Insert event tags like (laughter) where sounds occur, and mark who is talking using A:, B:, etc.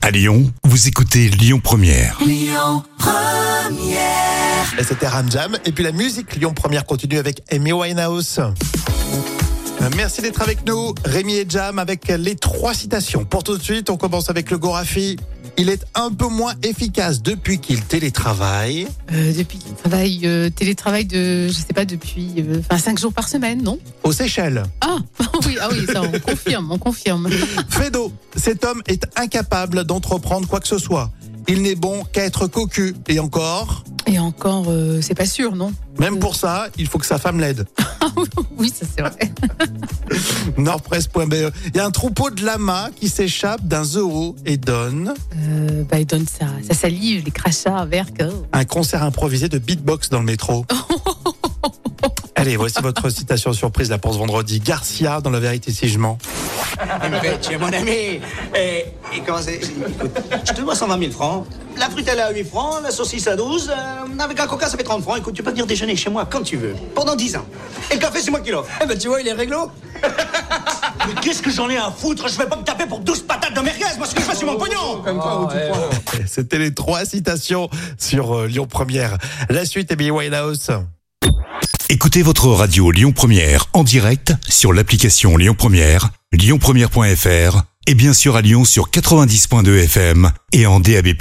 A: À Lyon, vous écoutez Lyon Première.
B: Et c'était Ramjam. Et puis la musique Lyon Première continue avec Amy Winehouse. Euh, Merci d'être avec nous, Rémi et Jam, avec les trois citations. Pour tout de suite, on commence avec le Gorafi. Il est un peu moins efficace depuis qu'il télétravaille.
C: Euh, depuis qu'il travaille, euh, télétravail de, je sais pas, depuis euh, enfin, cinq jours par semaine, non
B: Aux Seychelles,
C: Ah (laughs) oui, ah oui, ça, on confirme, on confirme.
B: Fedo, cet homme est incapable d'entreprendre quoi que ce soit. Il n'est bon qu'à être cocu. Et encore,
C: Et encore, euh, c'est pas sûr, non
B: même pour ça, il faut que sa femme l'aide.
C: Oui, ça c'est vrai.
B: Nordpresse.be. E. Il y a un troupeau de lamas qui s'échappe d'un zoo et donne
C: Euh, bah, il donne ça, ça salive, les crachats, verre, que-
B: un concert improvisé de beatbox dans le métro. Allez, voici votre citation surprise là pour ce vendredi. Garcia dans La vérité si je mens.
D: Eh ben, tu es mon ami. Et, et comment c'est Écoute, je te dois 120 000 francs. La frutelle à 8 francs, la saucisse à 12. euh, avec un coca, ça fait 30 francs. Écoute, tu peux venir déjeuner chez moi quand tu veux. Pendant 10 ans. Et le café, c'est moi qui l'offre. Eh ben, tu vois, il est réglo. (laughs) Mais qu'est-ce que j'en ai à foutre Je vais pas me taper pour 12 patates de merguez. Moi, ce que je fais, c'est mon pognon.
B: (laughs) C'était les trois citations sur euh, Lyon Première. La suite, Amy Winehouse.
A: Écoutez votre radio Lyon Première en direct sur l'application Lyon Première, lyonpremière.fr et bien sûr à Lyon sur 90.2 FM et en DAB+.